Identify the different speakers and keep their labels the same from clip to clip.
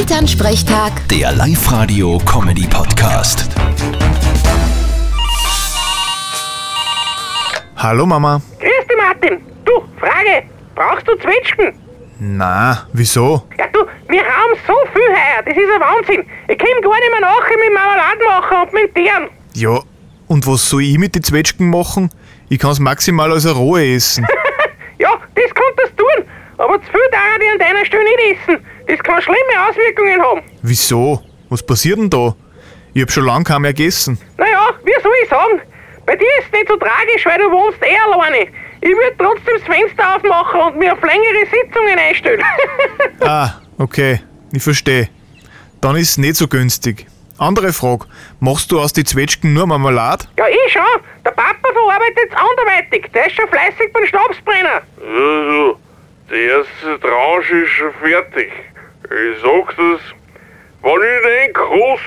Speaker 1: Elternsprechtag,
Speaker 2: Der Live-Radio-Comedy-Podcast.
Speaker 3: Hallo Mama.
Speaker 4: Grüß dich, Martin. Du, Frage, brauchst du Zwetschgen?
Speaker 3: Na, wieso?
Speaker 4: Ja, du, wir haben so viel heuer, das ist ein Wahnsinn. Ich komm gar nicht mehr nach mit Marmeladenmacher und mit deren.
Speaker 3: Ja, und was soll ich mit den Zwetschgen machen? Ich kann's maximal als eine rohe essen.
Speaker 4: Ja, das konntest du tun, aber zu viel darf ich an deiner Stelle nicht essen. Das kann schlimme Auswirkungen haben.
Speaker 3: Wieso? Was passiert denn da? Ich hab schon lange kein mehr gegessen.
Speaker 4: Naja, wie soll ich sagen? Bei dir ist es nicht so tragisch, weil du wohnst eh alleine. Ich würde trotzdem das Fenster aufmachen und mir auf längere Sitzungen einstellen.
Speaker 3: Ah, okay, ich verstehe. Dann ist's nicht so günstig. Andere Frage, machst du aus den Zwetschgen nur Marmelade?
Speaker 4: ja, ich schon. Der Papa verarbeitet's anderweitig. Der ist schon fleißig beim Schnapsbrenner.
Speaker 5: Also, die erste Tranche ist schon fertig. Ich sag's es, wenn ich den kost,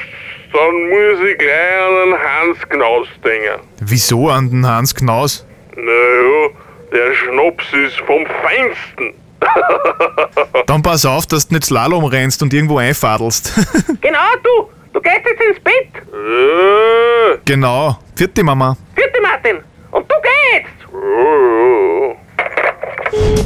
Speaker 5: dann muss ich gleich an den Hans Knaus denken.
Speaker 3: Wieso an den Hans Knaus?
Speaker 5: Naja, der Schnaps ist vom Feinsten.
Speaker 3: Dann pass auf, dass du nicht Slalom rennst und irgendwo einfadelst.
Speaker 4: Genau du, du gehst jetzt ins Bett.
Speaker 5: Äh,
Speaker 3: genau. Vierte Mama.
Speaker 4: Vierte Martin. Und du gehst.
Speaker 5: äh, oh, oh.